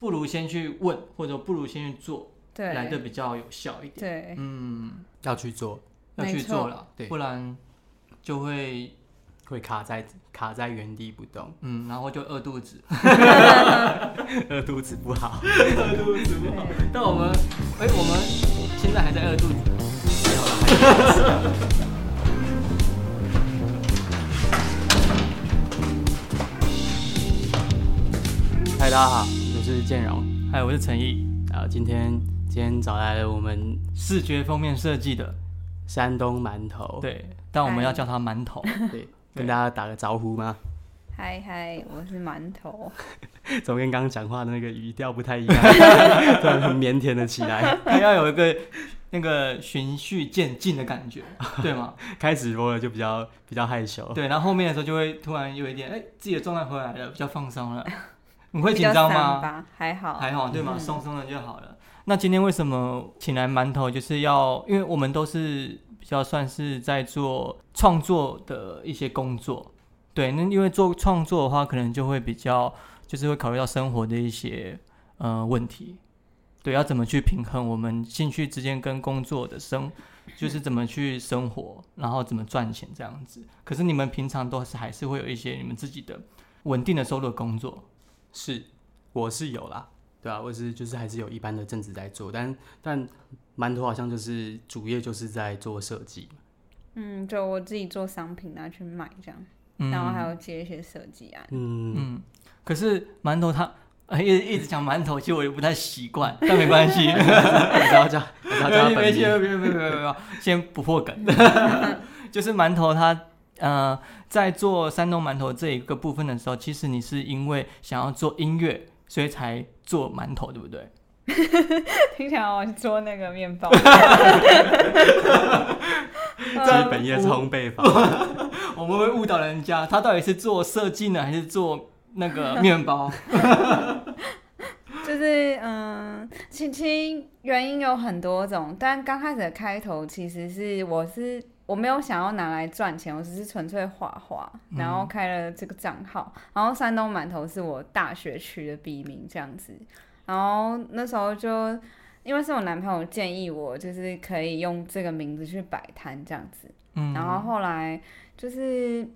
不如先去问，或者不如先去做，对，来的比较有效一点。对，嗯，要去做，要没去错做了，对不然就会会卡在卡在原地不动， 嗯，然后就饿肚子。饿肚子不好。 但我们，哎、我们现在还在饿肚子。嗨，大家好，我是建荣。嗨，我是陈毅，啊，今天今天找来了我们视觉封面设计的，山东馒头，对，但我们要叫它馒头。对，跟大家打个招呼吗？ 嗨嗨，我是馒头，怎么跟刚刚讲话的那个语调不太一样？突然很腼腆了起来，它要有一个那个循序渐进的感觉，对吗？开始说了就比较比较害羞。对，然后后面的时候就会突然有一点，哎、自己的状态回来了，比较放松 了。你会比紧较张散吗？吧？还好，还好，对吗？松松的就好了。那今天为什么请来馒头，就是要因为我们都是比较算是在做创作的一些工作，对，那因为做创作的话，可能就会比较就是会考虑到生活的一些呃问题，对，要怎么去平衡我们兴趣之间跟工作的生，就是怎么去生活，然后怎么赚钱这样子。可是你们平常都是还是会有一些你们自己的稳定的收入的工作，是，我是有啦，对啊，我是就是还是有一般的正职在做，但但馒头好像就是主业就是在做设计，嗯，就我自己做商品拿去卖这样，嗯然后还有接一些设计啊，嗯，嗯，可是馒头他、呃、 一直一直讲馒头，其实我也不太习 惯，但没关系，我知道叫，我知道叫他没本事，名，没事，没事，没事，没事，先不破 梗。就是馒头它呃，在做山东馒头这一个部分的时候，其实你是因为想要做音乐，所以才做馒头，对不对？ 听起来我做那个面 包，自己本业是烘焙坊，我们会误导人家，他到底是做设计呢，还是做那个面包？ 就是嗯，其其实原因有很多种，但刚开始的开头其实是我是我没有想要拿来赚钱，我只是纯粹画画，然后开了这个账号，然后山东馒头是我大学取的笔名这样子，然后那时候就。因为是我男朋友建议我，就是可以用这个名字去摆摊这样子，嗯，然后后来就是，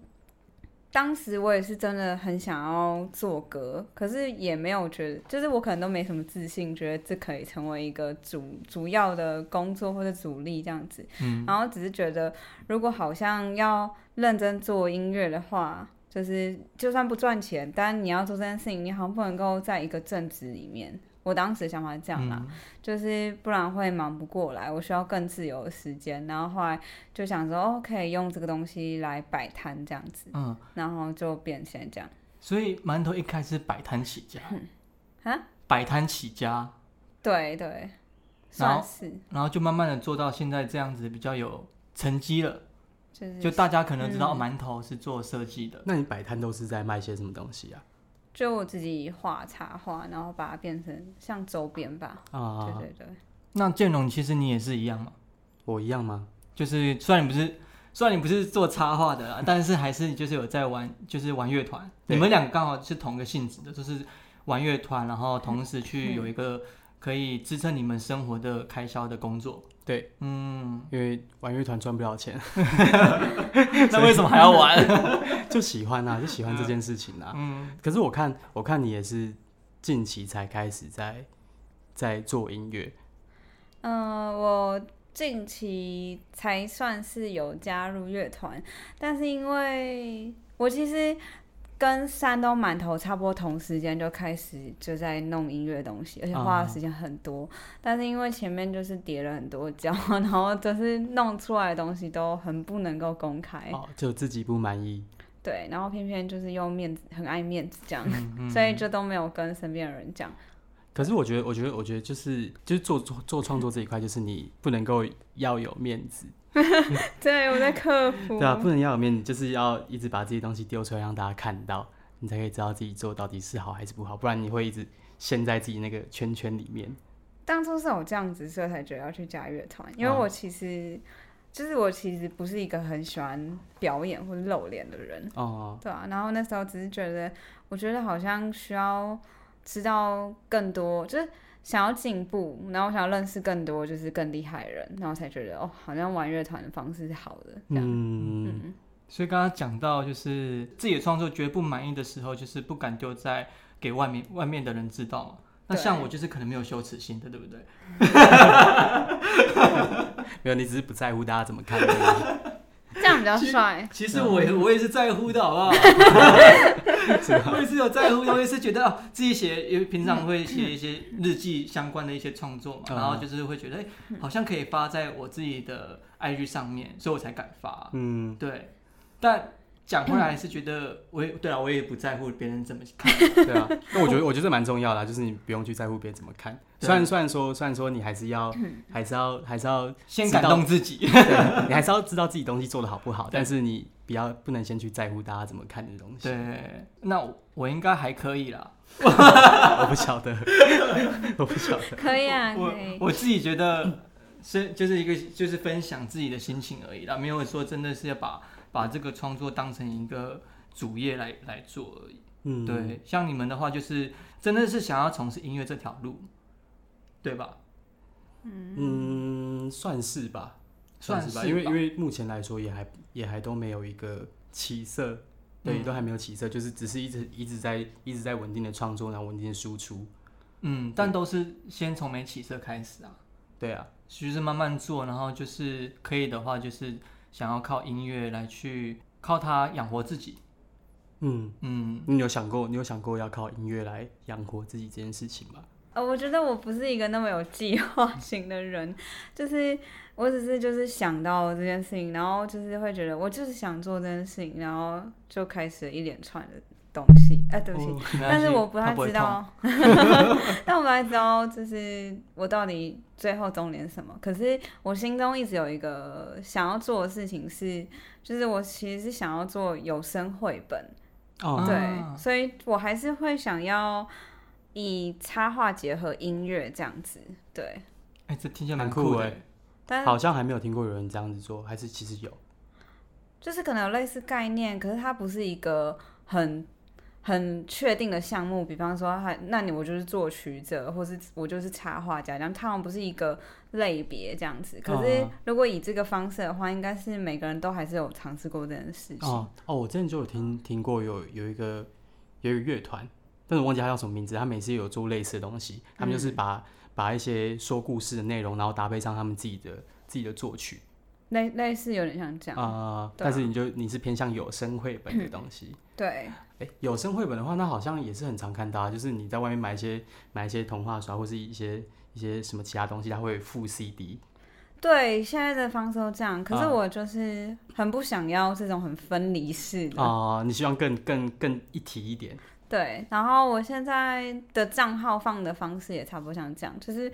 当时我也是真的很想要做歌，可是也没有觉得，就是我可能都没什么自信，觉得这可以成为一个主主要的工作或者主力这样子。嗯然后只是觉得，如果好像要认真做音乐的话，就是就算不赚钱，但你要做这件事情，你好像不能够在一个正职里面。我当时想法是这样啦，嗯就是不然会忙不过来，我需要更自由的时间。然后后来就想说，哦，可以用这个东西来摆摊这样子，嗯，然后就变成这样所以馒头一开始摆摊起 家，啊，摆摊起家，对对，然后算是然后就慢慢的做到现在这样子比较有成绩了，就是就就大家可能知道哦嗯馒头是做设计的，那你摆摊都是在卖些什么东西啊？我自己画插画，然后把它变成像周边吧，啊，对对对，那建荣其实你也是一样嘛，我一样吗？就是虽然你不是虽然你不是做插画的啦，但是还是就是有在玩，就是玩乐团。对你们两个刚好是同个性质的，就是玩乐团，然后同时去有一个可以支撑你们生活的开销的工作。对，嗯，因为玩乐团赚不了钱， 那为什么还要玩？就喜欢啊，就喜欢这件事情啊。嗯，可是我看，我看你也是近期才开始在在做音乐，嗯、我近期才算是有加入乐团，但是因为我其实跟山东馒头差不多同时间就开始就在弄音乐东西，而且花的哦时间很多，但是因为前面就是叠了很多跤， 然后就是弄出来的东西都很不能够公开，哎哦，就自己不满意，对，然后偏偏就是又面子很爱面子这样，嗯所以就都没有跟身边的人讲。 可是我觉得，我觉得，我觉得就是就是做做做创作这一块，就是你不能够要有面子，对，我在克嗯服。对啊，不能要有面子，就是要一直把自己东西丢出来让大家看到，你才可以知道自己做到底是好还是不好，不然你会一直陷在自己那个圈圈里面。当初是有这样子，所以才觉得要去加乐团，因为哦嗯我其实、就是我其实不是一个很喜欢表演或者露脸的人，嗯哦，对啊，然后那时候只是觉得，我觉得好像需要知道更多，就是想要进步，然后想要认识更多，就是更厉害的人，然后才觉得哦，好像玩乐团的方式是好的。这样，嗯，嗯，所以刚刚讲到，就是自己的创作觉得不满意的时候，就是不敢丢在给外面外面的人知道嘛。那对像我就是可能没有羞耻心的，对不对？没有，你只是不在乎大家怎么看而这样比较帅。 其实我也我也是在乎的，好不好？ 我也是有在乎的，我也是觉得哦自己写，因为平常会写一些日记相关的一些创作嘛，嗯然后就是会觉得，哎、好像可以发在我自己的 IG 上面，所以我才敢发已。。 嗯，对，但讲回来是觉得，我也对啊，我也不在乎别人怎么看。对啊。那我觉得，我觉得这蛮重要的啊，就是你不用去在乎别人怎么看。对虽然虽然说，虽然说你还是要，还是要，还是 要先知感道动自己。对你还是要知道自己东西做的好不好，但是你不要不能先去在乎大家怎么看你的东 西。对，那我我应该还可以啦。我不晓得， 我不晓得。可以啊，我可嗯以。我自己觉得是就是一个就是分享自己的心情而已啦，没有说真的是要把把这个创作当成一个主业来来做而已。嗯，对，像你们的话，就是真的是想要从事音乐这条路，对吧？嗯，算是吧，算是吧，是因为吧因为目前来说也还也还都没有一个起色，对，嗯都还没有起色，就是只是一直一直在一直在稳定的创作，然后稳定的输出，嗯，但都是先从没起色开始啊，对啊，就是慢慢做，然后就是可以的话，就是想要靠音乐来去靠它养活自己。嗯，嗯，你有想过你有想过要靠音乐来养活自己这件事情吗？呃，我觉得我不是一个那么有计划 型的人，就是我只是就是想到这件事情，然后就是会觉得我就是想做这件事情，然后就开始一连串的东西。哎、对不起，哦没关但是系我不它太不会知痛道， 但我不太知道，就是我到底最后终点是什么。可是我心中一直有一个想要做的事情是，就是我其实是想要做有声绘本，哦，啊对，所以我还是会想要以插画结合音乐这样子，对。哎、这听起来蛮蛮酷酷的哎、欸。但好像还没有听过有人这样子做，还是其实有，就是可能有类似概念，可是它不是一个很很确定的项目。比方说它，还那你我就是作曲者，或是我就是插画家，这样它好像不是一个类别这样子。可是哦如果以这个方式的话，应该是每个人都还是有尝试过这件事情。哦哦，我之前就有听听过有有一个有一个乐团，但是我忘记他叫什么名字。他每次有做类似的东西，他们就是嗯把、把一些说故事的内容，然后搭配上他们自己的自己的作曲类类似有点像这啊、样，呃对啊但是你就你是偏向有声绘本的东西。对，哎、有声绘本的话，那好像也是很常看到啊，就是你在外面买一些买一些童话书啊，或是一些一些什么其他东西，它会附 CD。对，现在的方式都这样。可是啊我就是很不想要这种很分离式的。啊、你希望更更更一体一点。对，然后我现在的账号放的方式也差不多像这样，就是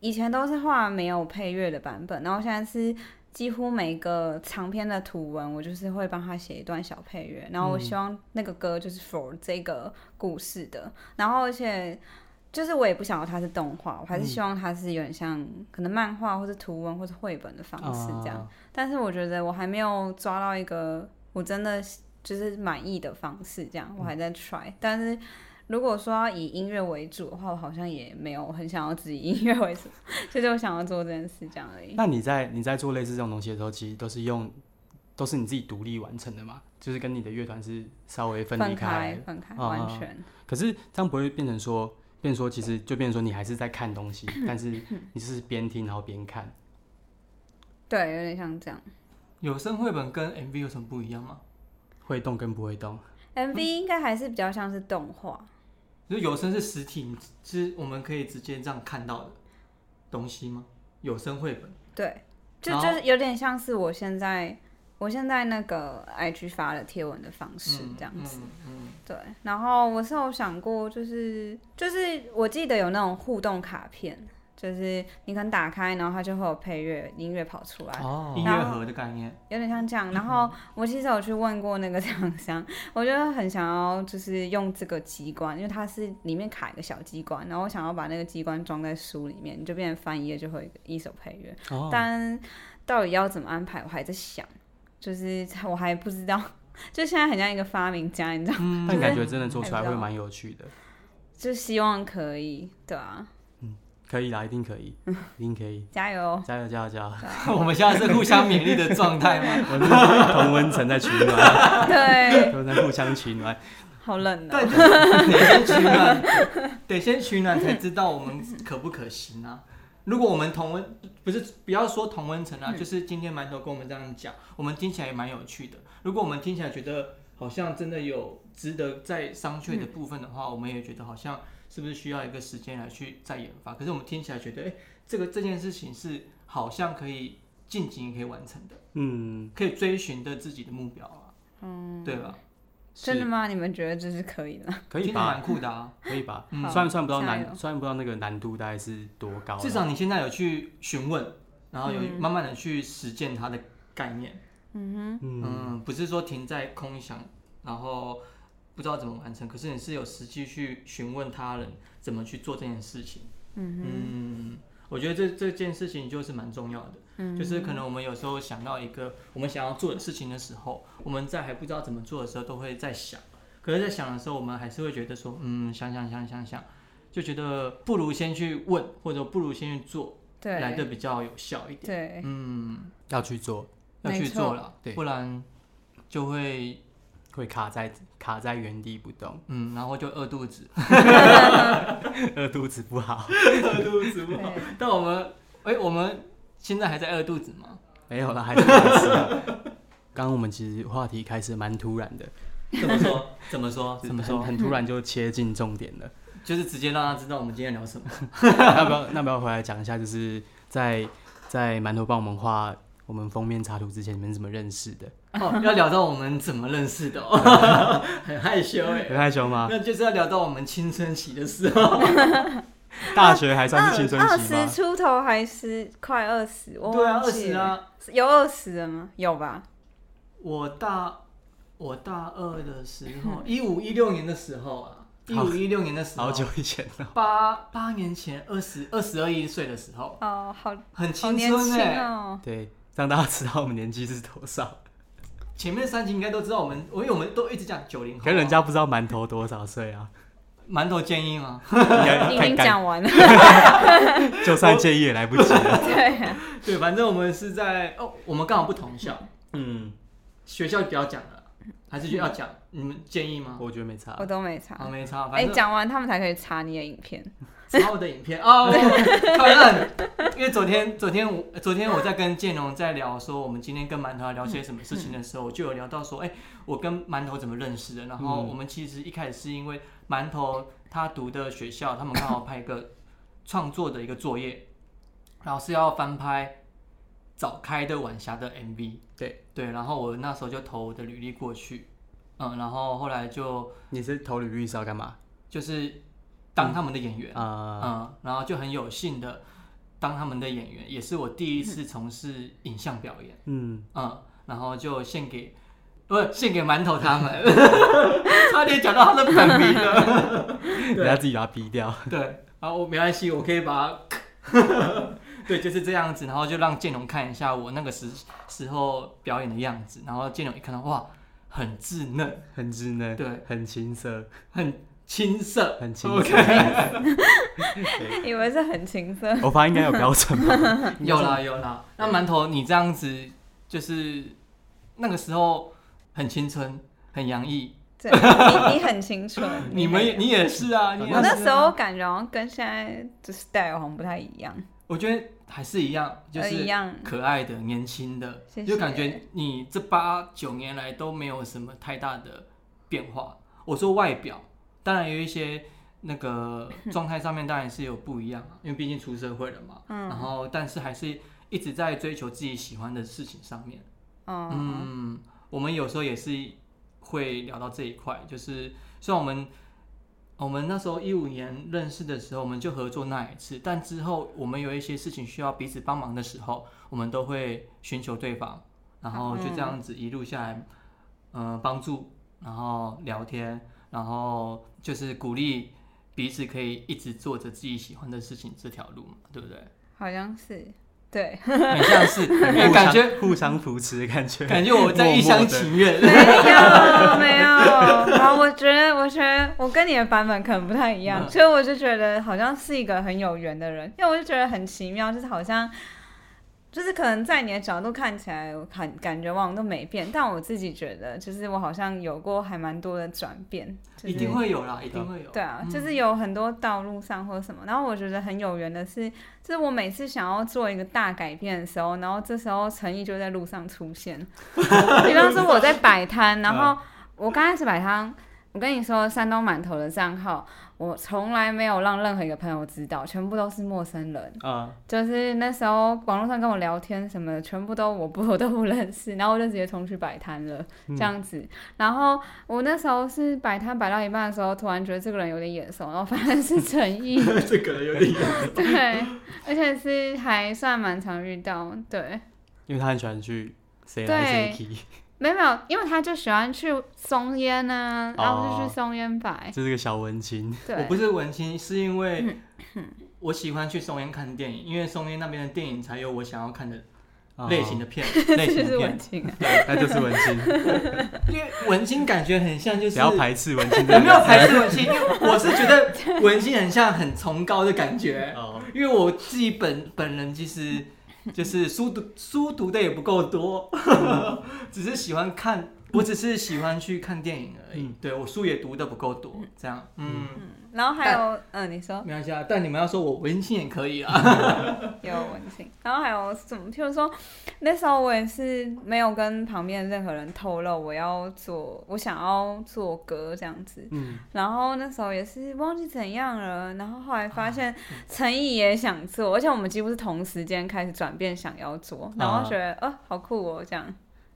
以前都是画没有配乐的版本，然后现在是几乎每个长篇的图文，我就是会帮他写一段小配乐，然后我希望那个歌就是 for 这个故事的，然后而且。就是我也不想要它是动画，我还是希望它是有点像可能漫画或者图文或者绘本的方式这样。啊但是我觉得我还没有抓到一个我真的就是满意的方式，这样我还在 try、但是如果说要以音乐为主的话，我好像也没有很想要只以音乐为主， 就是我想要做这件事这样而已。那你在你在做类似这种东西的时候，其实都是用都是你自己独立完成的嘛，就是跟你的乐团是稍微分离分开开来的。，分开，啊完全。可是这样不会变成说，变成说其实就变成说你还是在看东西，但是你就是边听然后边看。对，有点像这样。有声绘本跟 MV 有什么不一样吗？会动跟不会动， MV 嗯应该还是比较像是动画，就是有声是实体，是我们可以直接这样看到的东西吗？有声绘本，对，就哦然后就是有点像是我现在我现在那个 IG 发的贴文的方式这样子。嗯嗯对，然后我是有想过，就是就是我记得有那种互动卡片，就是你可能打开，然后它就会有配乐音乐跑出来，嗯哦音然乐后盒的概 念。有点像这样。然后我其实有去问过那个厂商， 我就很想要就是用这个机关，因为它是里面卡一个小机关，然后我想要把那个机关装在书里面，你就变成翻一页就会有一首配乐。哦，但到底要怎么安排，我还在想，就是我还不 知道。就现在很像一个发明家，你知道嗯吗。但感觉真的做出来还不会知道蛮有趣的。就希望可以，对啊，可以啦，一定可以，一定可以，加油！ 加油加油加油！ 我们现在是互 相勉励的状态吗？我们是同温层在取暖，对，同温层互相取暖。好冷哦、对， 得先取暖，得先取暖才知道我们可不可行啊。如果我们同温不是不要说同温层啊，就是今天馒头跟我们这样讲，我们听起来也蛮有趣的。如果我们听起来觉得好像真的有值得再商榷的部分的话，我们也觉得好像是不是需要一个时间来去再研发？可是我们听起来觉得，哎、这个这件事情是好像可以近期可以完成的，嗯，可以追寻的自己的目标啊，嗯，对吧？真的是吗？你们觉得这是可以的？可以听起来吧？蛮酷的啊。可以吧？嗯虽然虽然不知道加油难，虽然不知道那个难度大概是多高啦，至少你现在有去询问，然后有嗯慢慢的去实践它的概念，嗯，嗯，不是说停在空想，然后不知道怎么完成，可是你是有实际去询问他人怎么去做这件事情，嗯我觉得这这件事情就是蛮重要的，就是可能我们有时候想到一个我们想要做的事情的时候，我们在还不知道怎么做的时候，都会在想，可是，在想的时候，我们还是会觉得说，嗯，想想想想想，就觉得不如先去问，或者不如先去做，来的对，比较有效一点。对，嗯，要去做，要去没错做了，对不然就会会卡在卡在原地不动， 嗯，然后就饿肚子。饿肚子不好。饿肚子不好对 但我们哎、我们现在还在饿肚子吗？ 没有 啦，还是还是啊。刚刚我们其实话题开始蛮突然的，怎么说？ 怎么说？怎么很说？很突然就切进重点 了。 就是直接让他知道我们今天聊什么。那不要那不要回来讲一下，就是在在馒头帮我们画我们封面插图之前，你们是怎么认识 的？ 哦，要聊到我们怎么认识的、哦， 很害羞哎、很害羞吗？ 那就是要聊到我们青春期的时候， 大学还算二是青春二期十吗？出头还是快二十？我对啊，忘二记十了，啊，是有二十了吗？有吧？我大我大二的时候，一五一六年的时候啊，一五一六年的时候，好久以前了，八八年前，二十二十二一岁的时候，哦，好很好青年春轻哎、 哦、对，让大家知道我们年纪是多少。前面三集应该都知道我们，我因为我们都一直讲九零后啊，可是人家不知道馒头多少岁啊，馒头建议吗？你应已该经敢，讲 完了，就算介意也来不及了。对、 对，反正我们是在哦，我们刚好不同校，嗯，学校不要讲了，还是要讲，你们建议吗？我觉得没差我。都没查好，。没差，哎、反正讲完他们才可以查你的影片。查我的影片哦，快按，因为昨天昨天我昨天我在跟建龙在聊说，我们今天跟馒头要聊些什么事情的时候，我就有聊到说，哎、我跟馒头怎么认识的？然后嗯我们其实一开始是因为馒头他读的学校，他们刚好拍一个创作的一个作业，然后是要翻拍早开的晚霞的 MV。对对，然后我那时候就投我的履历过去，嗯，然后后来就你是投履历是要干嘛？就是当他们的演员。啊，嗯，然后就很有幸的当他们的演员，也是我第一次从事影像表演，嗯，嗯，然后就献给不是献给馒头他们， 差点讲到他的本名了，人家自己把它逼掉。对，然后我没关系，我可以把它 对，就是这样子，然后就让建龙看一下我那个时时候表演的样子，然后建龙一看到哇，很稚嫩，很稚嫩，对，很青涩，很青涩，很青 OK？涩。 以为是很情 色，我发现应该有标准吧有啦有啦，那馒头你这样子就是那个时候很青春，很洋溢，对，你你很清 楚。你们也你也是啊，你我也我那是时啊候感觉好像跟现在的 style 好像不太一样，我觉得还是一样，就呃一是样。可爱的、年轻的，谢谢就感觉你这八九年来都没有什么太大的变化。我说外表，当然有一些那个状态上面当然是有不一样啊，因为毕竟出社会了嘛。嗯然后，但是还是一直在追求自己喜欢的事情上面。嗯，嗯，我们有时候也是会聊到这一块，就是虽然我们我们那时候一五年认识的时候，我们就合作那一次，但之后我们有一些事情需要彼此帮忙的时候，我们都会寻求对方，然后就这样子一路下来，嗯、帮助，然后聊天，然后就是鼓励彼此可以一直做着自己喜欢的事情这条路嘛，对不对？ 好像是。对，很像是，因为互哎感相觉互相扶持的感觉。感觉我在一厢情愿。没有没有，好，我觉得我觉得我跟你的版本可能不太一样，嗯所以我就觉得好像是一个很有缘的人，因为我就觉得很奇妙，就是好像。就是可能在你的角度看起来，我感感觉往都没变，但我自己觉得，就是我好像有过还蛮多的转变，就是、一定会有啦，一定会有。对啊，嗯就是有很多道路上或什么，然后我觉得很有缘的是，就是我每次想要做一个大改变的时候，然后这时候诚意就在路上 出现。比方说我在摆摊，然嗯后我刚开始摆摊，我跟你说山东馒头的账号，我从来没有让任何一个朋友知道，全部都是陌生人。啊，就是那时候网络上跟我聊天什么的，全部都我不 我都不认识，然后我就直接冲去摆摊了，嗯这样子。然后我那时候是摆摊摆到一半的时候，突然觉得这个人有点眼熟，然后发现是陈毅， 这个有点，对，而且是还算蛮常遇到，对。因为他很喜欢去谁来谁去，没有没有，因为他就喜欢去松烟呢、啊，然后我就哦去松烟摆。这是个小文青。我对嗯不，是文青，是因为我喜欢去松烟看电影，因为松烟那边的电影才有我想要看的类型的，的片，类 这型就的是文片。青啊。啊 那就是文青，因为文青感觉很像就是不要排斥文青我 的没有排斥文青，因为我是觉得文青很像很崇高的感觉，哦，因为我自己本本人其实就是书读书读的也不够多，嗯 只是喜欢看，我只是喜欢去看电影而已。嗯对我书也读的不够多，这样，嗯，然后还有，嗯，你说没关系啊。但你们要说我文青也可以 啊， 有文青，然后还有什么？譬如说，那时候我也是没有跟旁边任何人透露我要做，我想要做歌这样子。嗯，然后那时候也是忘记怎样了，然后后来发啊现嗯陈毅也想做，而且我们几乎是同时间开始转变想要啊做，然后觉得呃好酷哦这样，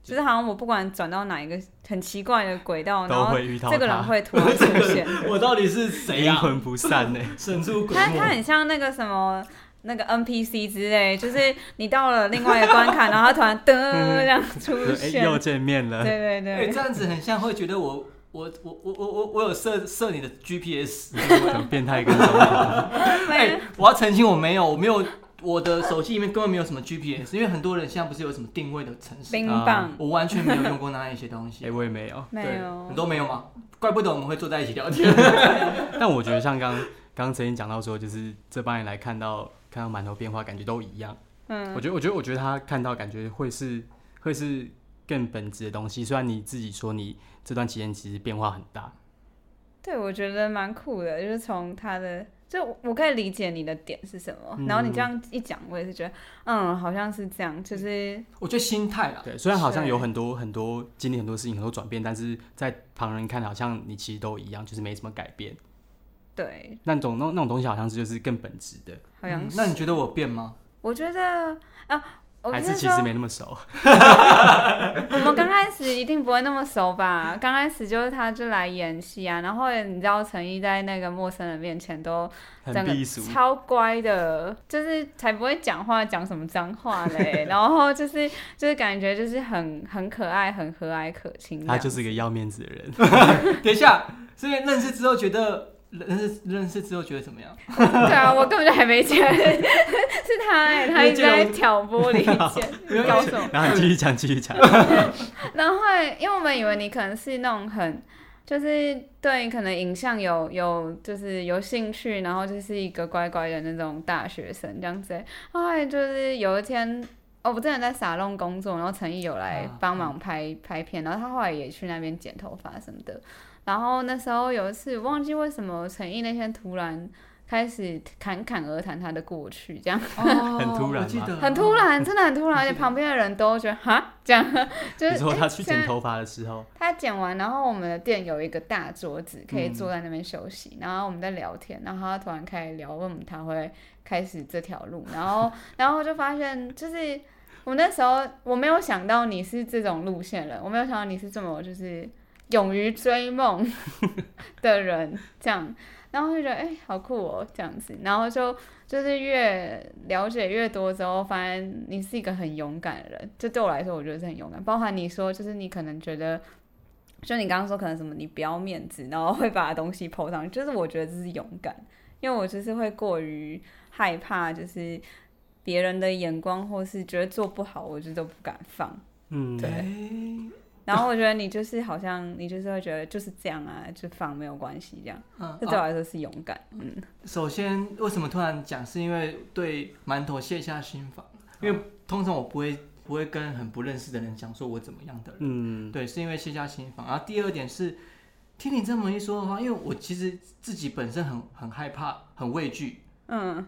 就是好像我不管转到哪一个很奇怪的轨道，然都后会遇到这个人他，会突然 出现，我到底是谁阴呀、啊？魂不散欸呢。神出鬼他没他。很像那个什么。那个 NPC 之类，就是你到了另外一个关卡，然后他突然噔这样出哎，现，又见面了，对对哎、对，这样子很像会觉得我我我我我我我有设设你的 GPS。怎么变态跟踪狂？哎、没我要澄清，我没有，我没有，我的手机里面根本没有什么 GPS，因为很多人现在不是有什么定位的城市，冰棒啊我完全没有用过那一些东西。 哎，我也没有。对 没有你，都没有吗？怪不得我们会坐在一起聊天。 但我觉得像刚刚曾经讲到说，就是这帮人来看到看到馒头变化，感觉都一样。嗯我觉得，我觉得，我觉得他看到感觉会是会是更本质的东西。虽然你自己说你这段期间其实变化很大，对，我觉得蛮酷的，就是从他的，就我我可以理解你的点是什嗯么，然后你这样一讲，我也是觉得，嗯，好像是这样，就是我觉得心态啊啦，对，虽然好像是有很多很多经历很多事情很多转变，但是在旁人看好像你其实都一样，就是没什么改变。对，那种那种那种东西好像是就是更本质的，好像嗯是。那你觉得我变吗？我觉得啊，我还不是其实说，没那 么熟。我们刚开始一定不会那么熟 吧？刚开始就是他就来演戏啊，然后你知道陈毅在那个陌生人面前都很整避个俗超乖的，就是才不会讲话，讲什么脏话嘞。 然后就是就是感觉就是很很可爱，很和蔼可亲这样。他就是个要面子的人，等一下，所以认识之后觉得。认识认识之后觉得怎么样？对啊，我根本就还没讲， 是他哎、他一直在挑拨离没有 间，搞什么？然后你继续讲，继续讲。然后后来因为我们以为你可能是那种很，就是对可能影像有有就是有兴趣，然后就是一个乖乖的那种大学生这样子欸。后来就是有一天。哦，我之前在沙龙工作，然后陈毅有来啊帮嗯忙拍、拍片，然后他后来也去那边剪头发什么的。然后那时候有一次，忘记为什么陈毅那天突然开始侃侃而谈他的过去，这样哦很突然吗我记得很突。嗯然，真的很突然，而且旁边的人都觉得哈，这样就你是说他诶去哎现剪在头发的时候，他剪完，然后我们的店有一个大桌子，可以坐在那边休息。然后我们在聊天，然后他突然开始聊，问我们他会开始这条路，然后 然后就发现就是。我那时候我没有想到你是这种路线人，我没有想到你是这么就是勇于追梦 的人，这样，然后就觉得哎、好酷哦，这样子，然后就就是越了解越多之后，发现你是一个很勇敢的人，就对我来说，我觉得是很勇敢，包含你说就是你可能觉得。就你刚刚说，可能什么你不要面子，然后会把东西抛上去，就是我觉得这是勇敢，因为我就是会过于害怕，就是别人的眼光，或是觉得做不好，我就都不敢放。嗯，哎对然后我觉得你就是好像你就是会觉得就是这样啊，就放没有关系这样，嗯，这对我来说是勇敢。嗯，首先为什么突然讲，是因为对馒头卸下心防，因为通常我不会不会跟很不认识的人讲说我怎么样的人，嗯，对，是因为卸下心防。然后第二点是，听你这么一说的话，因为我其实自己本身很很害怕、很畏惧，嗯，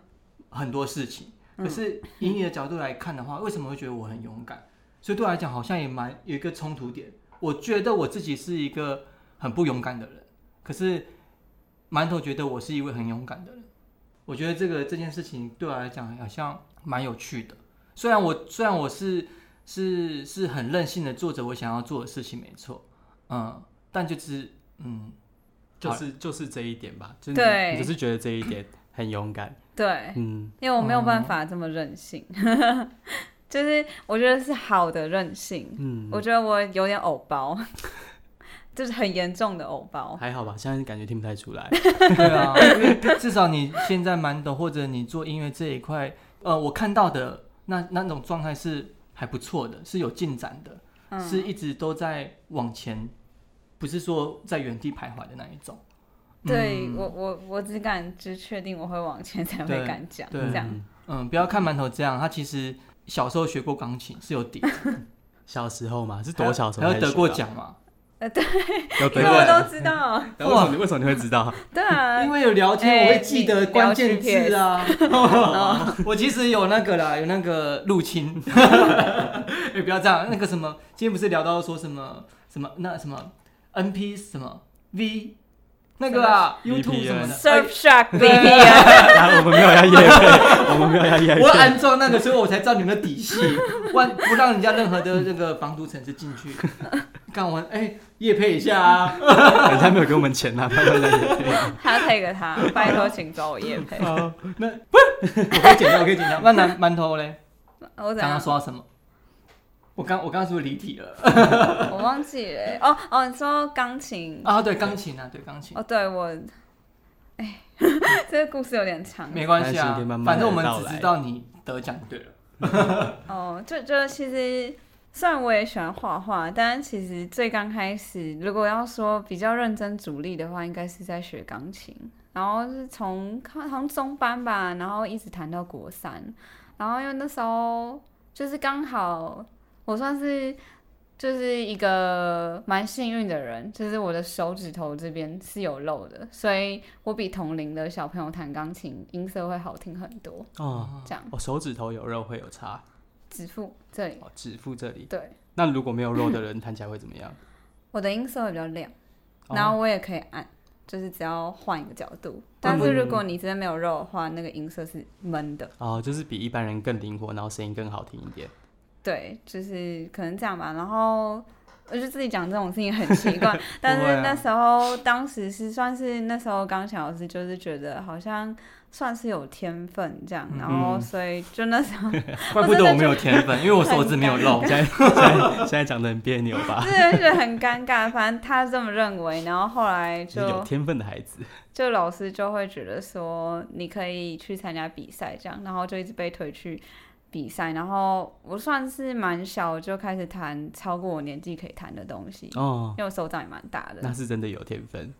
很多事情。可是以你的角度来看的话，为什么会觉得我很勇敢？所以对我来讲，好像也蛮有一个冲突点。我觉得我自己是一个很不勇敢的人，可是馒头觉得我是一位很勇敢的人。我觉得这个这件事情对我来讲好像蛮有趣的。虽然我虽然我是是是很任性的做着我想要做的事情，没错，嗯，但就是嗯，就是就是这一点吧，就是对哎你你就是觉得这一点很勇敢，对，嗯因为我没有办法这么任性， 就是我觉得是好的任性。嗯，我觉得我有点偶包， 就是很严重的偶包。还好吧，现在感觉听不太出来，对啊，因为至少你现在蛮懂，或者你做音乐这一块，呃，我看到的那那种状态是还不错的，是有进展的，嗯，是一直都在往前，不是说在原地徘徊的那一种。对嗯我我我只敢只确定我会往前才会对敢讲对这样。嗯嗯，不要看馒头这样，他其实小时候学过钢琴是有底，小时候嘛，是是多小时候还才有得学过的啊，奖嘛？因为有得过我奖，都知道，那为什么你为什么你会知道？ 对啊因，为有聊天，哎我会记得关键字啊。哦 我其实有那个啦，有那个入侵。 哎、不要这样，那个什么，今天不是聊到说什么什么那什么 N P 什么 V 那个啊 VPN YouTube 什么的。哎 Surfshark VPN，啊我们没有要夜配，我们没有要夜哎我配，安装那个，所以我才知道你们的底细，万不让人家任何的那个防毒城市进去。 干完哎，夜配一下啊！人家没有给我们钱呐，啊不要乱夜配他 take 他，拜托请找我叶配。好 那我可以剪掉，我可以剪掉。哦那南馒头嘞，我怎刚刚样？说到什么？我刚我刚刚是不是离题了？我忘记了欸。哦哦，你说钢琴？啊，对，钢琴啊，对钢琴。哦，对我，哎， 这个故事有点长。没关系但是啊你可以慢，慢反正地我们道只来知道你得奖就对 了。哦，就就其实，虽然我也喜欢画画，但其实最刚开始，如果要说比较认真主力的话，应该是在学钢琴，然后是从好像中班吧，然后一直弹到国三，然后因为那时候就是刚好我算是。就是一个蛮幸运的人，就是我的手指头这边是有肉的，所以我比同龄的小朋友弹钢琴音色会好听很多。 哦，这样，我手指头有肉会有差，指腹这里，哦，指腹这里。对，那如果没有肉的人弹 起来会怎么样？我的音色会比较亮，哦嗯然后我也可以按，就是只要换一个角度。那但你是如果你真的没有肉的话，那个音色是闷的。哦，就是比一般人更灵活，然后声音更好听一点。对，就是可能这样吧。然后我就自己讲这种事情很奇怪， 但不会是啊那时候当时是算是那时候钢琴老师就是觉得好像算是有天分这样，嗯然后所以就那时候 怪不得我没有天分，因为我手指没有哦肉。现在现在现在讲的很别扭吧？真的是很尴尬，反正他这么认为，然后后来就是 就有天分的孩子，就老师就会觉得说你可以去参加比赛这样，然后就一直被推去比赛，然后我算是蛮小就开始弹超过我年纪可以弹的东西，哦因，为我手掌也蛮大的那，是真的有天分，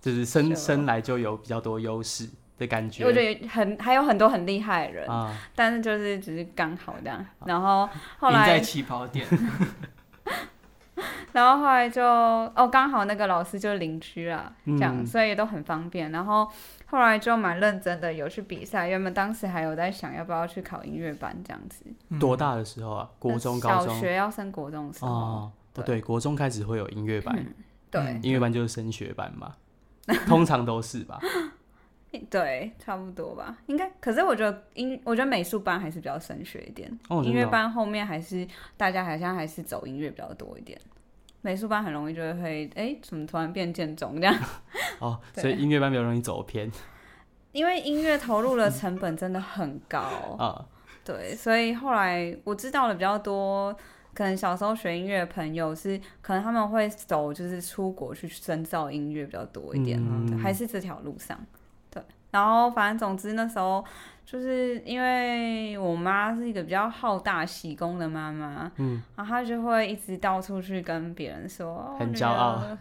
就是生就生来就有比较多优势的感觉。哦我觉得很还有很多很厉害的人，啊，但是就是只是刚好这样，然 后后赢在来起跑 点，然后后来就哦刚好那个老师就是邻居啦，这样、嗯所以都很方便，然后。后来就蛮认真的，有去比赛。原本当时还有在想要不要去考音乐班这样子，嗯多？大的时候啊？国中、高嗯小中学要升国中的时候，哦，嗯哦对嗯对，国中开始会有音乐班，对、音乐班就是升学班嘛，通常都是吧？对，差不多吧，应该。可是我觉得音，我觉得美术班还是比较升学一点，哦，音真的乐哦班后面还是大家好像还是走音乐比较多一点。美术班很容易就会，哎、怎么突然变建中这样？ 哦，对所以音乐班比较容易走偏因为音乐投入的成本真的很高，啊。对，所以后来我知道了比较多，可能小时候学音乐的朋友是，可能他们会走就是出国去深造音乐比较多一点，嗯对还是这条路上。对，然后反正总之那时候就是因为我妈是一个比较好大喜功的妈妈，嗯，然后她就会一直到处去跟别人说，哦很那骄傲个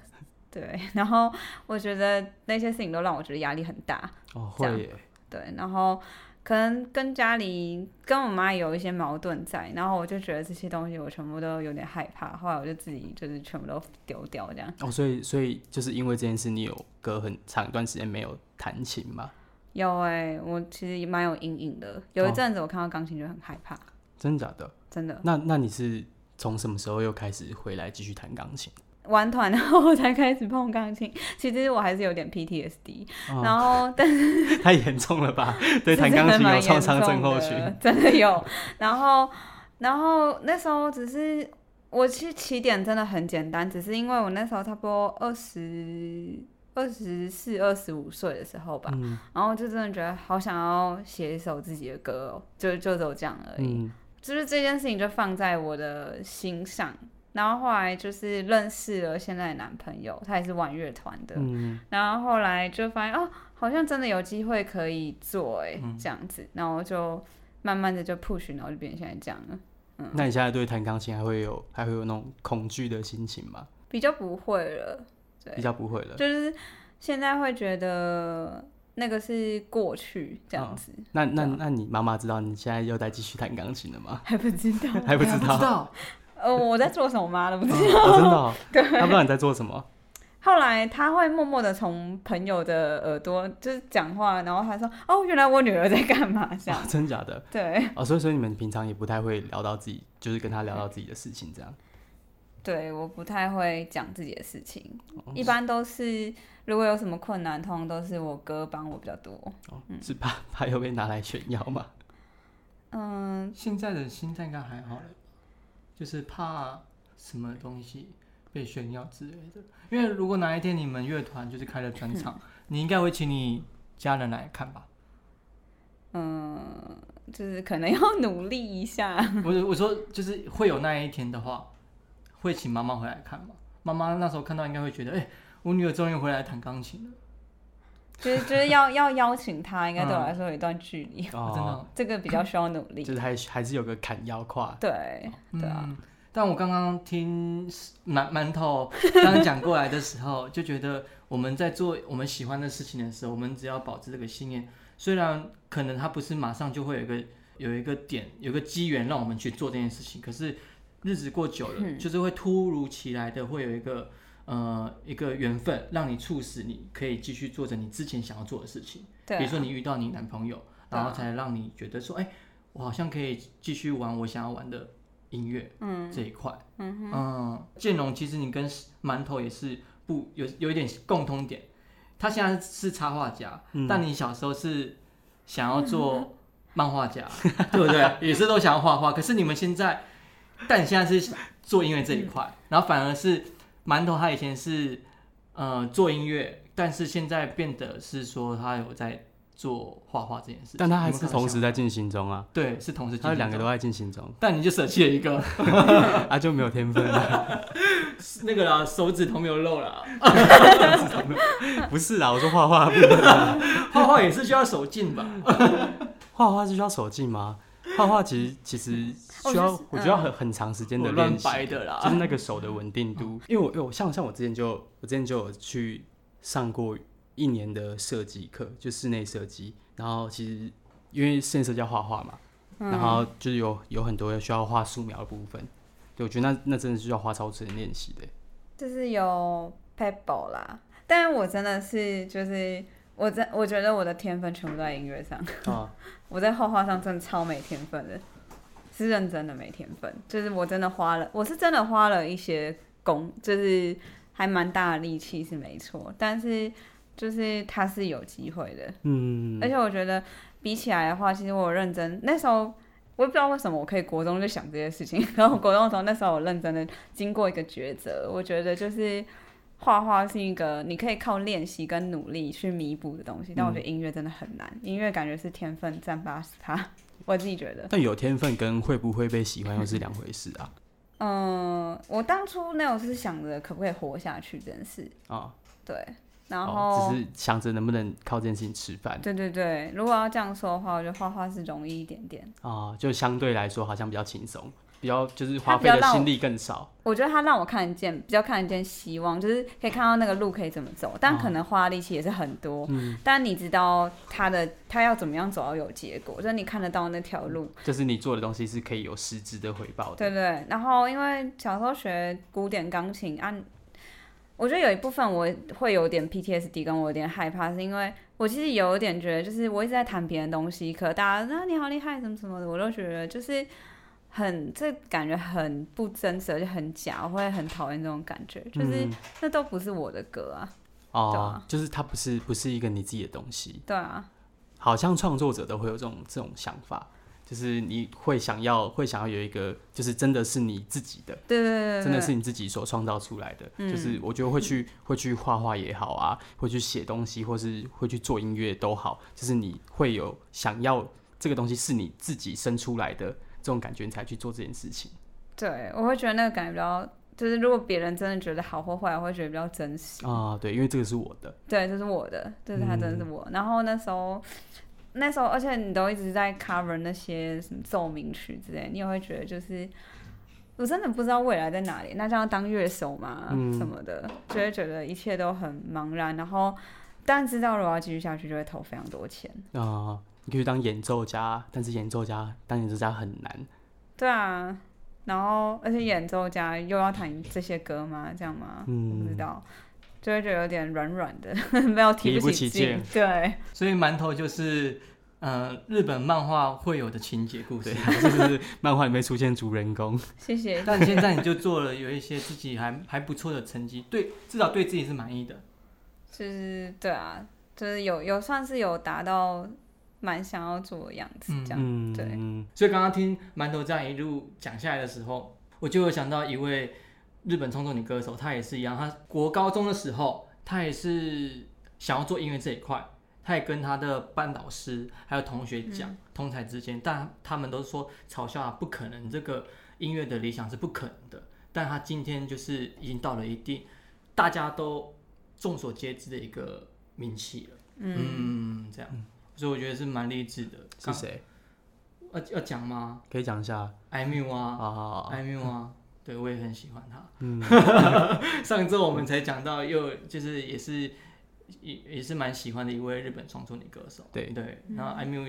对，然后我觉得那些事情都让我觉得压力很大，哦，这样会耶，对，然后可能跟家里跟我妈有一些矛盾在，然后我就觉得这些东西我全部都有点害怕，后来我就自己就是全部都丢掉这样。哦，所以所以就是因为这件事，你有隔很长一段时间没有弹琴嘛？有哎、我其实也蛮有阴影的，有一哦阵子我看到钢琴就很害怕，真的假的？真的。那那你是从什么时候又开始回来继续弹钢琴？ 玩团后我才开始碰钢琴，其实我还是有点 PTSD，、哦然后但是太严重了吧？ 对，弹真的钢琴蛮有创严伤症重候的群。 真的有。然后，然后那时候只是我其实起点真的很简单，只是因为我那时候差不多二十二十四、二十五岁的时候吧，嗯然后就真的觉得好想要写一首自己的歌、哦，就就只有这样而已。嗯，就是这件事情就放在我的心上。然后后来就是认识了现在的男朋友，他也是玩乐团的。嗯然后后来就发现哦，好像真的有机会可以做哎、这样子，然后就慢慢的就 push，然后就变成现在这样了。那你现在对弹钢琴还会有还会有那种恐惧的心情吗？比较不会了，对比较不会了。就是现在会觉得那个是过去这样子，那那啊那你妈妈知道你现在又在继续弹钢琴了 吗？还不知道，还不知不道，知道，呃，我在做什么妈都不知哦道。真的哦，她不知道你在做什么。 后来他会默默的从朋友的耳朵就是讲话，然后他说：“哦，原来我女儿在干嘛？” 这样哦真假的？对哦，所以所以你们平常也不太会聊到自己，就是跟她聊到自己的事情这样。对，我不太会讲自己的事情，一般都是如果有什么困难，通常都是我哥帮我比较多。哦，是怕怕又被拿来炫耀吗？嗯，现在的心态应该还好了，就是怕什么东西被炫耀之类的。因为如果哪一天你们乐团就是开了专 场，你应该会请你家人来看吧？就是可能要努力一下。 我我说就是会有那一天的话，会请妈妈回来看嘛？妈妈那时候看到应该会觉得，哎、我女儿终于回来弹钢琴了，就是就是要要邀请他，应该对我嗯来说有一段距离，真的哦、这个比较需要努 力就。是还还是有个砍腰胯。对对啊，嗯但我刚刚听馒馒头 刚讲过来的时候，就觉得我们在做我们喜欢的事情的时候，我们只要保持这个信念，虽然可能它不是马上就会有一个有一个点，有一个机缘让我们去做这件事情，可是日子过久了，嗯就是会突如其来的会有一个呃一个缘分，让你促使你可以继续做着你之前想要做的事情。对嗯啊比如说你遇到你男朋友，对然啊后才让你觉得说，哎、我好像可以继续玩我想要玩的音乐，嗯，这一块，嗯嗯，建龙其实你跟馒头也是不有有一点共通点，他现在是插画家，但你小时候是想要做漫画家，对不对？也是都想要画画，可是你们现在，但你现在是做音乐这一块，然后反而是馒头他以前是呃做音乐，但是现在变得是说他有在做画画这件事情，但他还你们是可能同想时在进行中啊，对是同时进他行两个中都在进 行中，但你就舍弃了一 个啊就没有天分了。 那个啦，手指头没有肉啦，不是啦，我说画画不一样，画画也是需要手劲吧？画画是需要手劲吗？画画其实其实需要，哦就是我觉得要很很长时间的我乱练习，掰的啦就是那个手的稳定度。因为我因为我像像我之前就我之前就有去上过一年的设计课，就室内设计。然后其实因为室内设计要画画嘛，嗯然后就是有有很多需要画素描的部分。对，我觉得那那真的是需要花超时间练习的。就是有 pebble 啦，但我真的是就是我真我觉得我的天分全部都在音乐上，哦啊， 我在画画上真的超没天分的，是认真的没天分，就是我真的花了，我是真的花了一些功，就是还蛮大的力气是没错，但是就是它是有机会的，嗯，而且我觉得比起来的话，其实我有认真那时候。我也不知道为什么我可以国中就想这些事情， 然后国中的时候，那时候我认真的经过一个抉择，我觉得就是画画是一个你可以靠练习跟努力去弥补的东西，但我觉嗯得音乐真的很难，音乐感觉是天分占八十趴， 我自己觉得。但有天分跟会不会被喜欢又是两回事啊。嗯，我当初那我是想着可不可以活下去这件事，啊，对，然哦，后只是想着能不能靠这件事情吃饭对对对，如果要这样说的话，我觉得画画是容易一点点。啊、就相对来说好像比较轻松，比较就是它花比费较的让心我力更少。我觉得它让我看得见，比较看得见希望，就是可以看到那个路可以怎么走，但可能花的力气也是很多。但你知道它的它要怎么样走到有结果，就是你看得到那条路，就是你做的东西是可以有实质的回报的。对对。然后因为小时候学古典钢琴啊，我觉得有一部分我会有点 PTSD，跟我有点害怕，是因为我其实有一点觉得，就是我一直在弹别人东西，可大家那、啊、你好厉害什么什么的，我都觉得就是。很，这感觉很不真实，而且很假，我会很讨厌这种感觉。就是、嗯、那都不是我的歌啊，对哦啊，就是它不是不是一个你自己的东西，对啊，好像创作者都会有这种这种想法，就是你会想要会想要有一个，就是真的是你自己的，对对对对，真的是你自己所创造出来的。嗯就是我觉得会去会去画画也好啊，会去写东西，或是会去做音乐都好，就是你会有想要这个东西是你自己生出来的这种感觉，你才去做这件事情。对，我会觉得那个感觉比较，就是如果别人真的觉得好或坏，我会觉得比较真实。啊、对，因为这个是我的，对，这是我的，这是他真的是我。然后那时候，那时候，而且你都一直在 cover 那些什么奏鸣曲之类，你也会觉得就是。我真的不知道未来在哪里，那这样当乐手嘛、嗯什么的，就会觉得一切都很茫然。然后，但知道如果要继续下去，就会投非常多钱。啊、你可以去当演奏家，但是演奏家当演奏家很难。 对啊，然后而且演奏家又要弹这些歌吗？这样吗？我不知嗯道，就会觉得有点软软的， 没有提提不起起劲。对，所以馒头就是呃日本漫画会有的情节故对事。，就是漫画里面出现主人公，谢谢。但现在你就做了有一些自己还还不错的成绩，对，至少对自己是满意的。就是对啊，就是有有算是有达到蛮想要做的样子这样。嗯，对嗯，所以刚刚听馒头这样一路讲下来的时候，我就有想到一位日本创作女歌手，她也是一样，她国高中的时候，她也是想要做音乐这一块，她也跟她的班导师还有同学讲，同台之间，但他们都说嘲笑她不可能，这个音乐的理想是不可能的。但她今天就是已经到了一定大家都众所皆知的一个名气了，嗯，嗯，这样，所以我觉得是蛮励志的。是刚谁？要要讲吗？可以讲一下艾缪啊，啊？艾缪啊，对我也很喜欢他。嗯， 上周我们才讲到，又就是也是也也是蛮喜欢的一位日本创作女歌手。对对，然后艾缪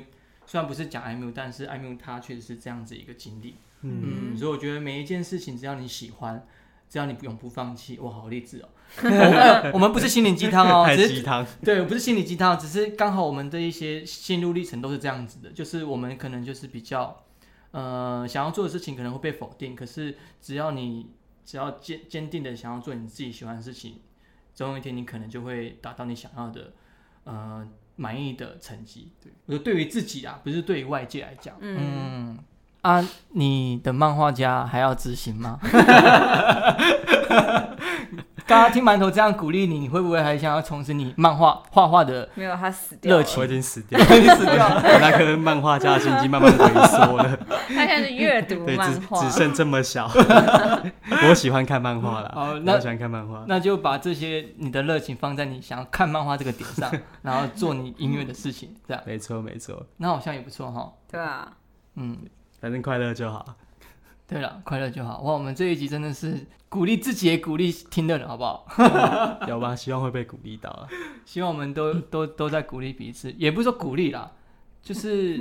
虽然不是讲艾缪，但是艾缪她确实是这样子一个经历。嗯所以我觉得每一件事情，只要你喜欢。只要你不永不放弃，哇，好励志 哦！我们我们不是心灵鸡汤哦，太只是鸡汤， 对，不是心理鸡汤，只是刚好我们的一些心路历程都是这样子的，就是我们可能就是比较，呃，想要做的事情可能会被否定，可是只要你只要坚坚定的想要做你自己喜欢的事情，总有一天你可能就会达到你想要的，呃，满意的成绩。对，我说对于自己啊，不是对于外界来讲，嗯。啊，你的漫画家还要执行吗？ 刚刚听馒头这样鼓励你，你会不会还想要重拾你漫画画画的没有他死掉热了，情我已经死掉 了，你死掉了。那颗漫画家的心已经慢慢萎缩 了，他现在是阅读对，漫只画只。剩这么 小。我喜欢看漫画啦，哦那我喜欢看漫画，那就把这些你的热情放在你想要看漫画这个点上，然后做你音乐的事情，这样没错没错，那好像也不错哈。对啊，嗯，反正快乐就好。对了，快乐就好。哇，我们这一集真的是鼓励自己，也鼓励听的人，好不好？ 有吧？希望会被鼓励到啊。希望我们都都都在鼓励彼此，也不是说鼓励啦，就是、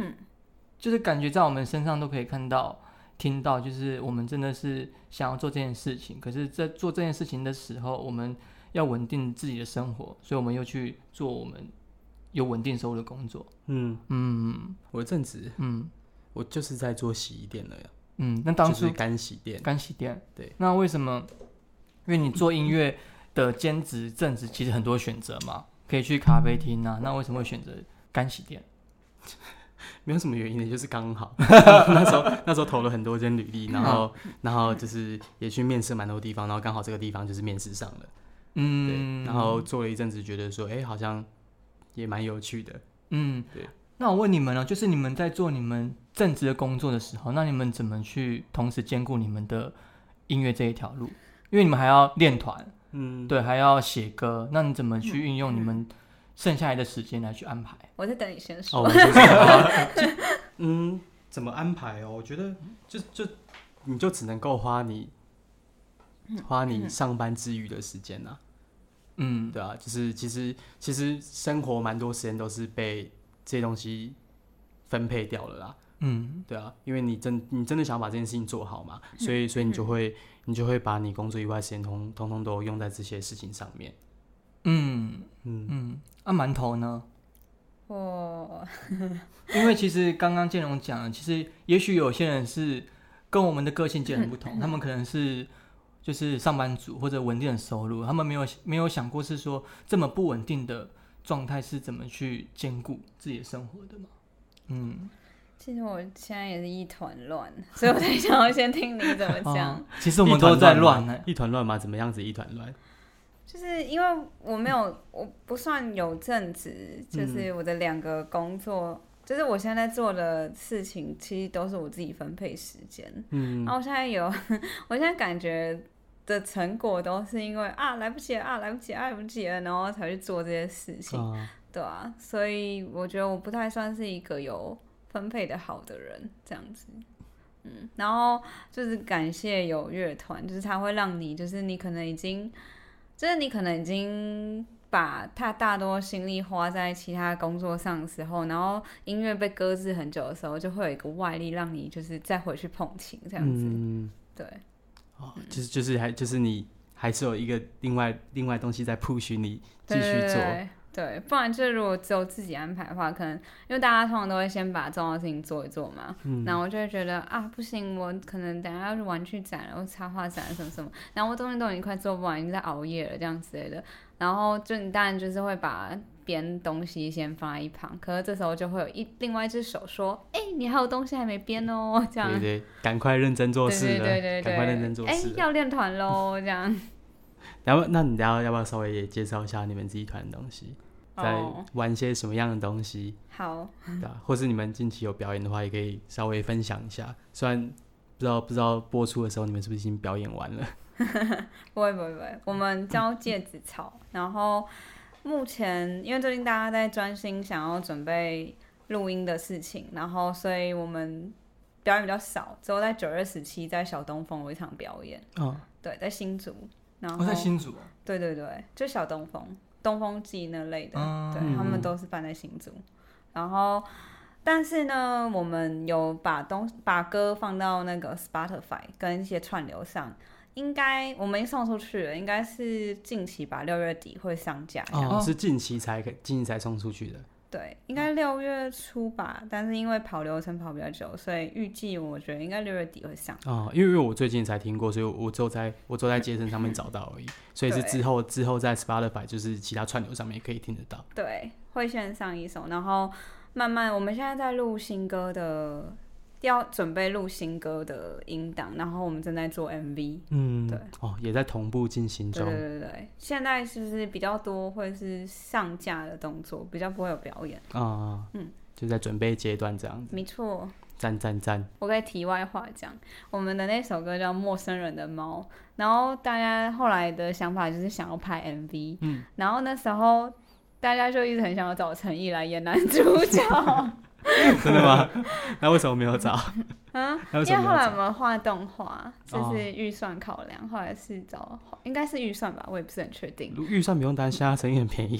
就是感觉在我们身上都可以看到、听到，就是我们真的是想要做这件事情，可是，在做这件事情的时候，我们要稳定自己的生活，所以我们又去做我们有稳定收入的工作。嗯，嗯我正职嗯我就是在做洗衣店的，嗯，那当就初是干洗店。干洗店，对，那为什么？因为你做音乐的兼职、正职，其实很多选择嘛，可以去咖啡厅啊，那为什么会选择干洗店？没有什么原因的，就是刚好 那时候那时候投了很多间履嗯历，然后然后就是也去面试蛮多地方，然后刚好这个地方就是面试上了，对，嗯，然后做了一阵子，觉得说，哎、好像也蛮有趣的。嗯，对。那我问你们哦，就是你们在做你们正职的工作的时候，那你们怎么去同时兼顾你们的音乐这一条路？因为你们还要练团，嗯，对，还要写歌。那你怎么去运用你们剩下来的时间来去安排？我在等你先说。哦，我先说 好就嗯，怎么安排哦？我觉得就就你就只能够花你花你上班之余的时间呐、嗯，对啊，就是其实其实生活蛮多时间都是被这些东西分配掉了啦，嗯，对啊，因为你真你真的想把这件事情做好嘛，嗯所以所以你就会你就会把你工作以外的时间通通通都用在这些事情上面，嗯嗯，嗯，啊，馒头呢？哦我因为其实刚刚建荣讲了，其实也许有些人是跟我们的个性截然不 同，他们可能是就是上班族或者稳定的收入，他们没有没有想过是说这么不稳定的状态是怎么去兼顾自己的生活的嘛？嗯，其实我现在也是一团乱，所以我才想要先听你怎么讲。哦其实我们都在乱呢、一团乱啊嘛，怎么样子一团乱？就是因为我没有，我不算有正职，就是我的两个工作，就是我现在在做的事情，其实都是我自己分配时间。嗯然后我现在有， 我现在感觉的成果都是因为啊来不及了啊来不及了啊来不及了，然后才去做这些事情，啊，对啊，所以我觉得我不太算是一个有分配的好的人，这样子。嗯，然后就是感谢有乐团，就是它会让你，就是你可能已经，就是你可能已经把太大多心力花在其他工作上的时候，然后音乐被搁置很久的时候，就会有一个外力让你就是再回去碰琴这样子。嗯对，哦，就是就是还就是你还是有一个另外另外东西在 push 你继续对做，对对，不然就是如果只有自己安排的话，可能因为大家通常都会先把重要的事情做一做嘛，然后我就会觉得啊不行，我可能等一下要去玩具展了，或插画展了什么什么，然后我东西都已经快做不完，已经在熬夜了这样之类的，然后就你当然就是会把别人东西先放在一旁，可是这时候就会有一另外一只手说，哎、你还有东西还没编哦，这样，对对，赶快认真做对事对了，对对赶快认真对，做哎、事了。要练团喽，这样，然后，那你等一下要不要稍微也介绍一下你们自己团的东西，在哦，玩些什么样的东西，好。对吧、或是你们近期有表演的话，也可以稍微分享一下。虽然不知道不知道播出的时候你们是不是已经表演完了？不会不会不会，我们叫芥子草。然后目前因为最近大家在专心想要准备录音的事情，然后所以我们表演比较少。之后在九月十七在小东风有一场表演，哦，对，在新竹。然后、我在新竹哦，对对对，就小东风、东风记那类的，嗯对他们都是办在新竹。然后，但是呢，我们有把东把歌放到那个 Spotify 跟一些串流上，应该我们已经送出去了，应该是近期吧，六月底会上架。哦哦是近期才近期才送出去的。对，应该六月初吧，但是因为跑流程跑比较久，所以预计我觉得应该六月底会上。哦，因为因为我最近才听过，所以我只有在我只有在街声上面找到而已，所以是对之后之后在 Spotify 就是其他串流上面也可以听得到。对，会先上一首，然后慢慢我们现在在录新歌的，要准备录新歌的音档，然后我们正在做 MV。嗯对，哦，也在同步进行对中对。对对，现在就是比较多会是上架的动作，比较不会有表演。啊，嗯就在准备阶段这样子，没错，赞赞赞，我可以题外话讲，我们的那首歌叫《陌生人的猫》，然后大家后来的想法就是想要拍 MV，嗯，然后那时候大家就一直很想要找陈毅来演男主 角。真的吗？那为什么没有找？嗯，那为什因么为后没有来找？我们画动画，就哦是预算考量，后来是找应该是预算吧，我也不是很确定。如预算不用担心啊，成本很便宜。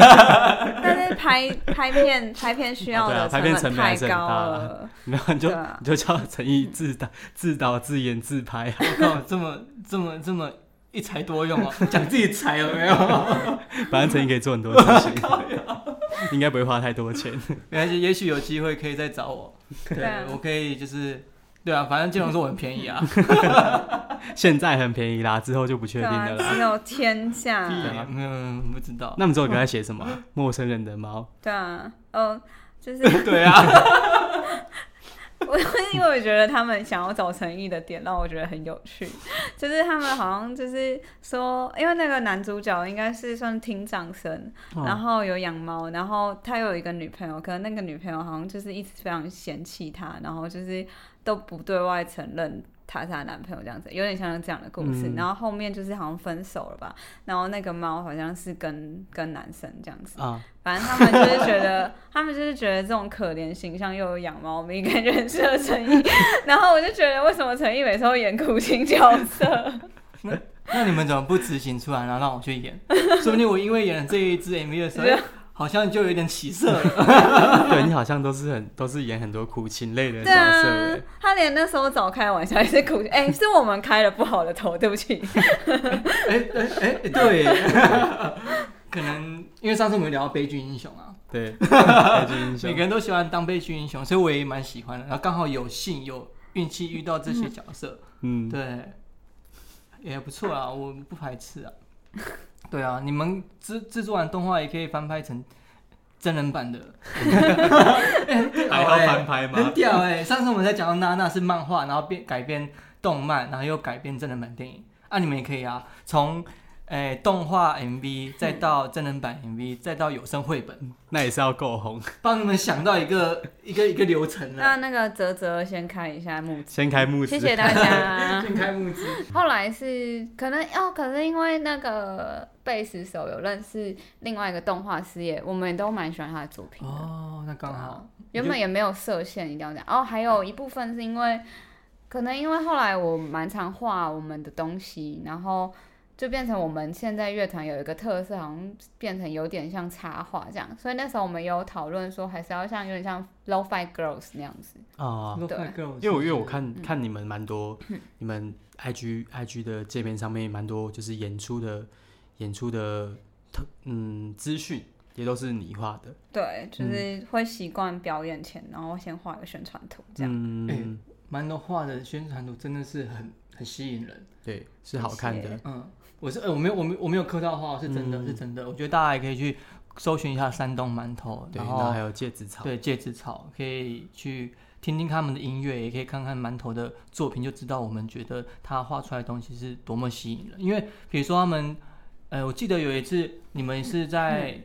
但是拍 拍片拍片需要哦对啊的拍片成成本还太是很高大啦了，然后你就对啊你就叫陈毅自导自导自演自拍啊，我靠，这么这么这么一才多用哦，讲自己才有没有？反正陈毅可以做很多事情，应该不会花太多钱。没关系，也许有机会可以再找我，对对啊我可以就是。对啊，反正建荣说我很便宜啊，现在很便宜啦，之后就不确对定啊的，啦。只有天 价，啊没有没嗯有不知道。那我们这首歌在写什么啊？陌生人的猫。对啊，哦，就是 对啊，我因为我觉得他们想要找诚意的点让我觉得很有趣，就是他们好像就是说，因为那个男主角应该是算听障生，哦然后有养猫，然后他有一个女朋友，可能那个女朋友好像就是一直非常嫌弃他，然后就是都不对外承认她是她男朋友这样子，有点像这样的故事。嗯然后后面就是好像分手了吧，然后那个猫好像是跟跟男生这样子，啊，反正他们就是觉得，他们就是觉得这种可怜形象又有养猫咪，感觉很适合陈毅。 然后我就觉得，为什么陈毅每次都演苦情角色？那你们怎么不执行出来，然后让我去演？ 说不定我因为演了这一支 MV 的时候，对哎好像就有一点起色了。 对你好像都是很都是演很多苦情类的角 对啊色，，他连那时候早开玩笑也是苦，哎、是我们开了不好的头，对不 起。哎哎哎，对 可能因为上次我们聊到悲剧英雄啊，欸对，超级英每雄个人都喜欢当悲剧英雄，所以我也蛮喜欢的。然后刚好有幸有运气遇到这些角色，嗯，对，也不错 啊，我不排斥啊。对啊，你们制制作完动画也可以翻拍成真人版的， 还要翻拍吗很屌哎、上次我们在讲到娜娜是漫画，然后变改编动漫，然后又改编真人版电影，啊，你们也可以啊，从哎、动画 MV 再到真人版 MV，再到有声绘本， 那也是要够红，帮你们想到一个一个一个流程了。那那个泽泽先开一下幕，先开幕，谢谢大家。 先开幕之后来是可能哦，可是因为那个贝斯手有认识另外一个动画师也，我们也都蛮喜欢他的作品的。哦，那刚好，原本也没有设限一定要这样。哦，还有一部分是因为，可能因为后来我蛮常画我们的东西，然后就变成我们现在乐团有一个特色，好像变成有点像插画这样。所以那时候我们也有讨论说，还是要像有点像 lofi girls 那样子。啊。 Lo-fi 对 Girls 因为我因为我看看你们蛮多，你们 IG IG 的界面上面蛮多，就是演出的演出的特嗯资讯也都是你画的，对，就是会习惯表演前，然后先画一个宣传图这样。嗯，蛮多画的宣传图真的是很很吸引哎人。对，是好看的，嗯，我是、呃我没有我没有我没有刻到画，是真的、嗯是真的。我觉得大家也可以去搜寻一下山东馒头，对，然后后还有戒指草，对戒指草，可以去听听他们的音乐，也可以看看馒头的作品，就知道我们觉得他画出来的东西是多么吸引人。因为比如说他们，呃，我记得有一次你们是在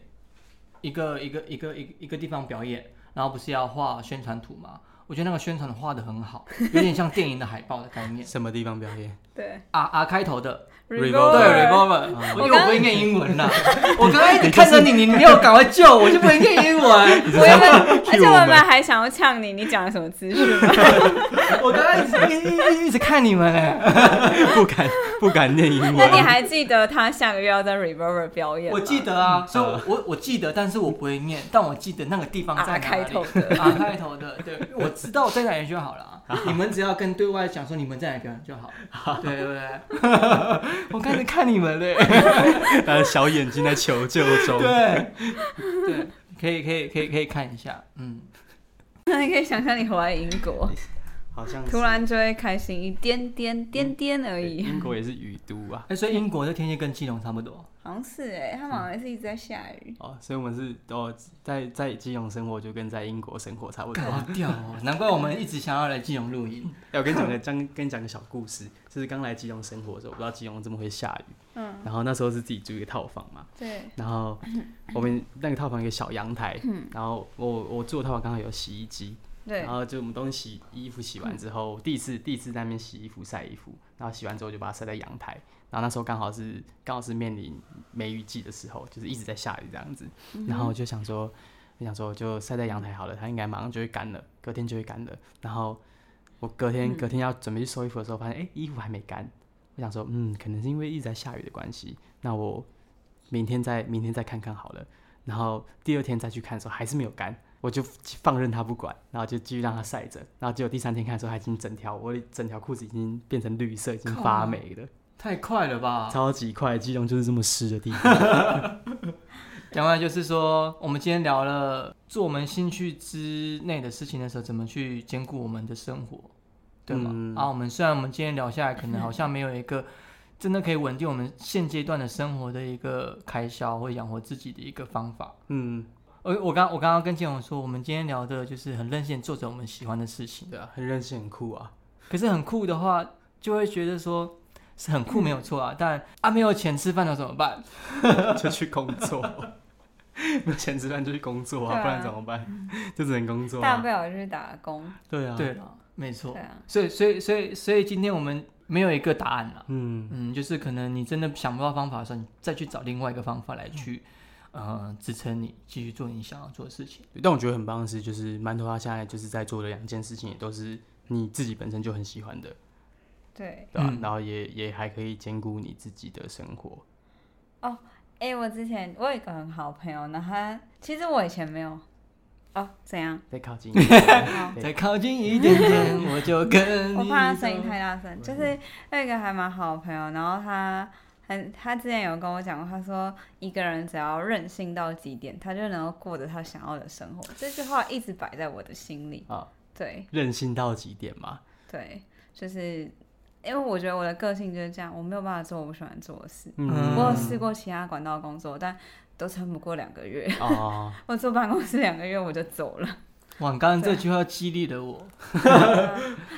一个、一个一个一个一个地方表演，然后不是要画宣传图嘛？我觉得那个宣传画的很好，有点像电影的海报的概念。什么地方表嗯演？ 对啊啊开头 的， Revolver 对 Revolver ，revolver，啊我因为我不会念英文啦。嗯我刚刚一直看 着你，你没有赶快救我，我就不会念英文。我原本，而且我我们们还想要呛你，你讲了什么资讯？ 我刚 刚一直一一一直看你们哎嘞，不敢不敢念英那你文，还记得他下个月要在 Reverber 表演吗？我记得啊，所以我我我记得，但是我不会念，但我记得那个地方在哪啊里开头的，啊开头的，对，我知道在哪里就好 了啊。你们只要跟对外讲说你们在哪里表演就好，对对对。 我刚才看你们嘞，他的小眼睛在求救 中，对对，可以可以可以可以看一下，嗯。那你可以想象你活在英国，好像是突然就会开心一点点点点而对已，英国也是雨都啊，哎、所以英国的天气跟基隆差不多。好像是哎、他们好像是一直在下雨。哦，所以我们是哦，在在基隆生活就跟在英国生活差不多。好屌哦！难怪我们一直想要来基隆露营。哎我跟你讲个，讲跟你讲个小故事，就是刚来基隆生活的时候，我不知道基隆这么会下雨。嗯，然后那时候是自己住一个套房嘛，对，然后我们那个套房有一个小阳台，嗯然后我我住的套房刚好有洗衣机，对然后就我们东西洗衣服洗完之后，第一次第一次在那边洗衣服晒衣服，然后洗完之后就把它晒在阳台，然后那时候刚好是刚好是面临梅雨季的时候，就是一直在下雨这样子，然后我就想说，我想说就晒在阳台好了，它应该马上就会干了，隔天就会干了，然后我隔天隔天要准备去收衣服的时候，发现哎、诶衣服还没干，我想说嗯可能是因为一直在下雨的关系，那我明天再明天再看看好了。然后第二天再去看的时候还是没有干，我就放任它不管，然后就继续让它晒着。然后结果第三天看的时候，它已经整条我的整条裤子已经变成绿色，已经发霉了，太快了吧！超级快。基隆就是这么湿的地方， 讲完就是说，我们今天聊了做我们兴趣之内的事情的时候，怎么去兼顾我们的生活，对吗？嗯啊，我们虽然我们今天聊下来，可能好像没有一个真的可以稳定我们现阶段的生活的一个开销或养活自己的一个方法。嗯，我我刚我刚刚跟建勇说，我们今天聊的就是很任性，做着我们喜欢的事情。对啊，很任性，很酷啊，可是很酷的话，就会觉得说是很酷没有错啊，但啊没有钱吃饭了怎么办？就去工作， 没有钱吃饭就去工作对啊，啊不然怎么办？就只能工作大啊不，了就去打工。对啊，对了，没错对。啊，所以，所以，所以，所以今天我们没有一个答案了。嗯，嗯，就是可能你真的想不到方法的时候，你再去找另外一个方法来去，嗯呃，支撑你继续做你想要做的事情。对但我觉得很棒的是，就是馒头他现在就是在做的两件事情，也都是你自己本身就很喜欢的，对。对吧、嗯然后也也还可以兼顾你自己的生活。哎、我之前我有一个很好的朋友，然后他其实我以前没有哦，怎样？再 靠近一点，好对再靠近一点点，我就呃跟你我怕他声音走太大声，就是我有一个还蛮好的朋友，然后他很他之前有跟我讲过，他说一个人只要任性到极点，他就能够过着他想要的生活。这句话一直摆在我的心里啊对任性到极点嘛。对，就是因为我觉得我的个性就是这样，我没有办法做我不喜欢做的事。嗯我有试过其他管道工作，但都撑不过两个月。 哦，我做办公室两个月我就走了。哇，刚刚这啊句话激励了我。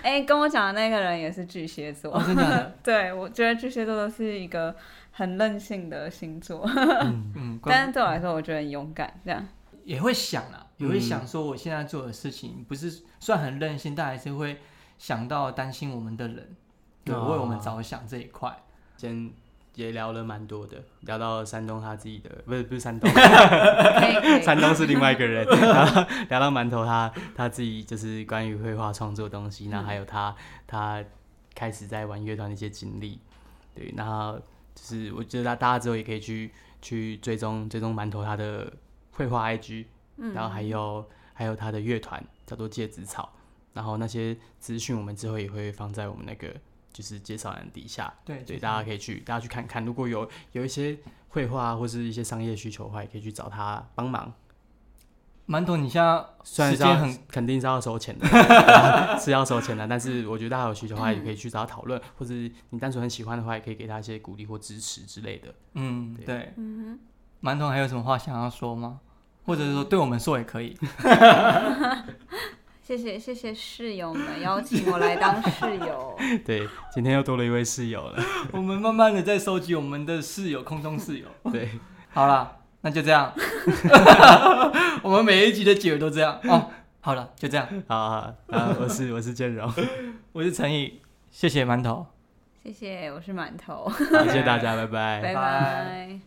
哎、跟我讲的那个人也是巨蟹座。哦，真的假 的？对，我觉得巨蟹座都是一个很任性的星座，嗯，关但是对我来说，我觉得很勇敢。这样，也会想啊，也嗯会想说我现在做的事情不是算很任性，但还是会想到担心我们的人，对，哦为我们着想这一块。今天也聊了蛮多的，聊到山东他自己的，不是不是山东，可以 可以山东是另外一个人，然后聊到馒头他他自己就是关于绘画创作的东西，然后还有他他开始在玩乐团的一些经历，对，然后就是我觉得大大家之后也可以去去追踪追踪馒头他的绘画 IG，、然后还有还有他的乐团叫做芥子草，然后那些资讯我们之后也会放在我们那个就是介绍栏底下，对对，对，大家可以去，大家去看看。如果有有一些绘画啊或是一些商业需求的话，也可以去找他帮忙。馒头，你现在虽然时是要间很肯定是要收钱的， 是要收钱的。但是我觉得大家有需求的话，也可以去找他讨论，或者你单纯很喜欢的话，也可以给他一些鼓励或支持之类的。嗯，对对，嗯馒头还有什么话想要说吗？或者是说对我们说也可以。哼，谢谢谢谢室友们邀请我来当室友， 对，今天又多了一位室友了。我们慢慢的在收集我们的室友，空中室友。 对，好啦，那就这样。我们每一集的结尾都这样哦。好了，就这样。好，好啊，我是我是建 荣，好我是陈毅，谢谢馒头。谢谢，我是馒头，谢谢大家，拜拜拜拜拜。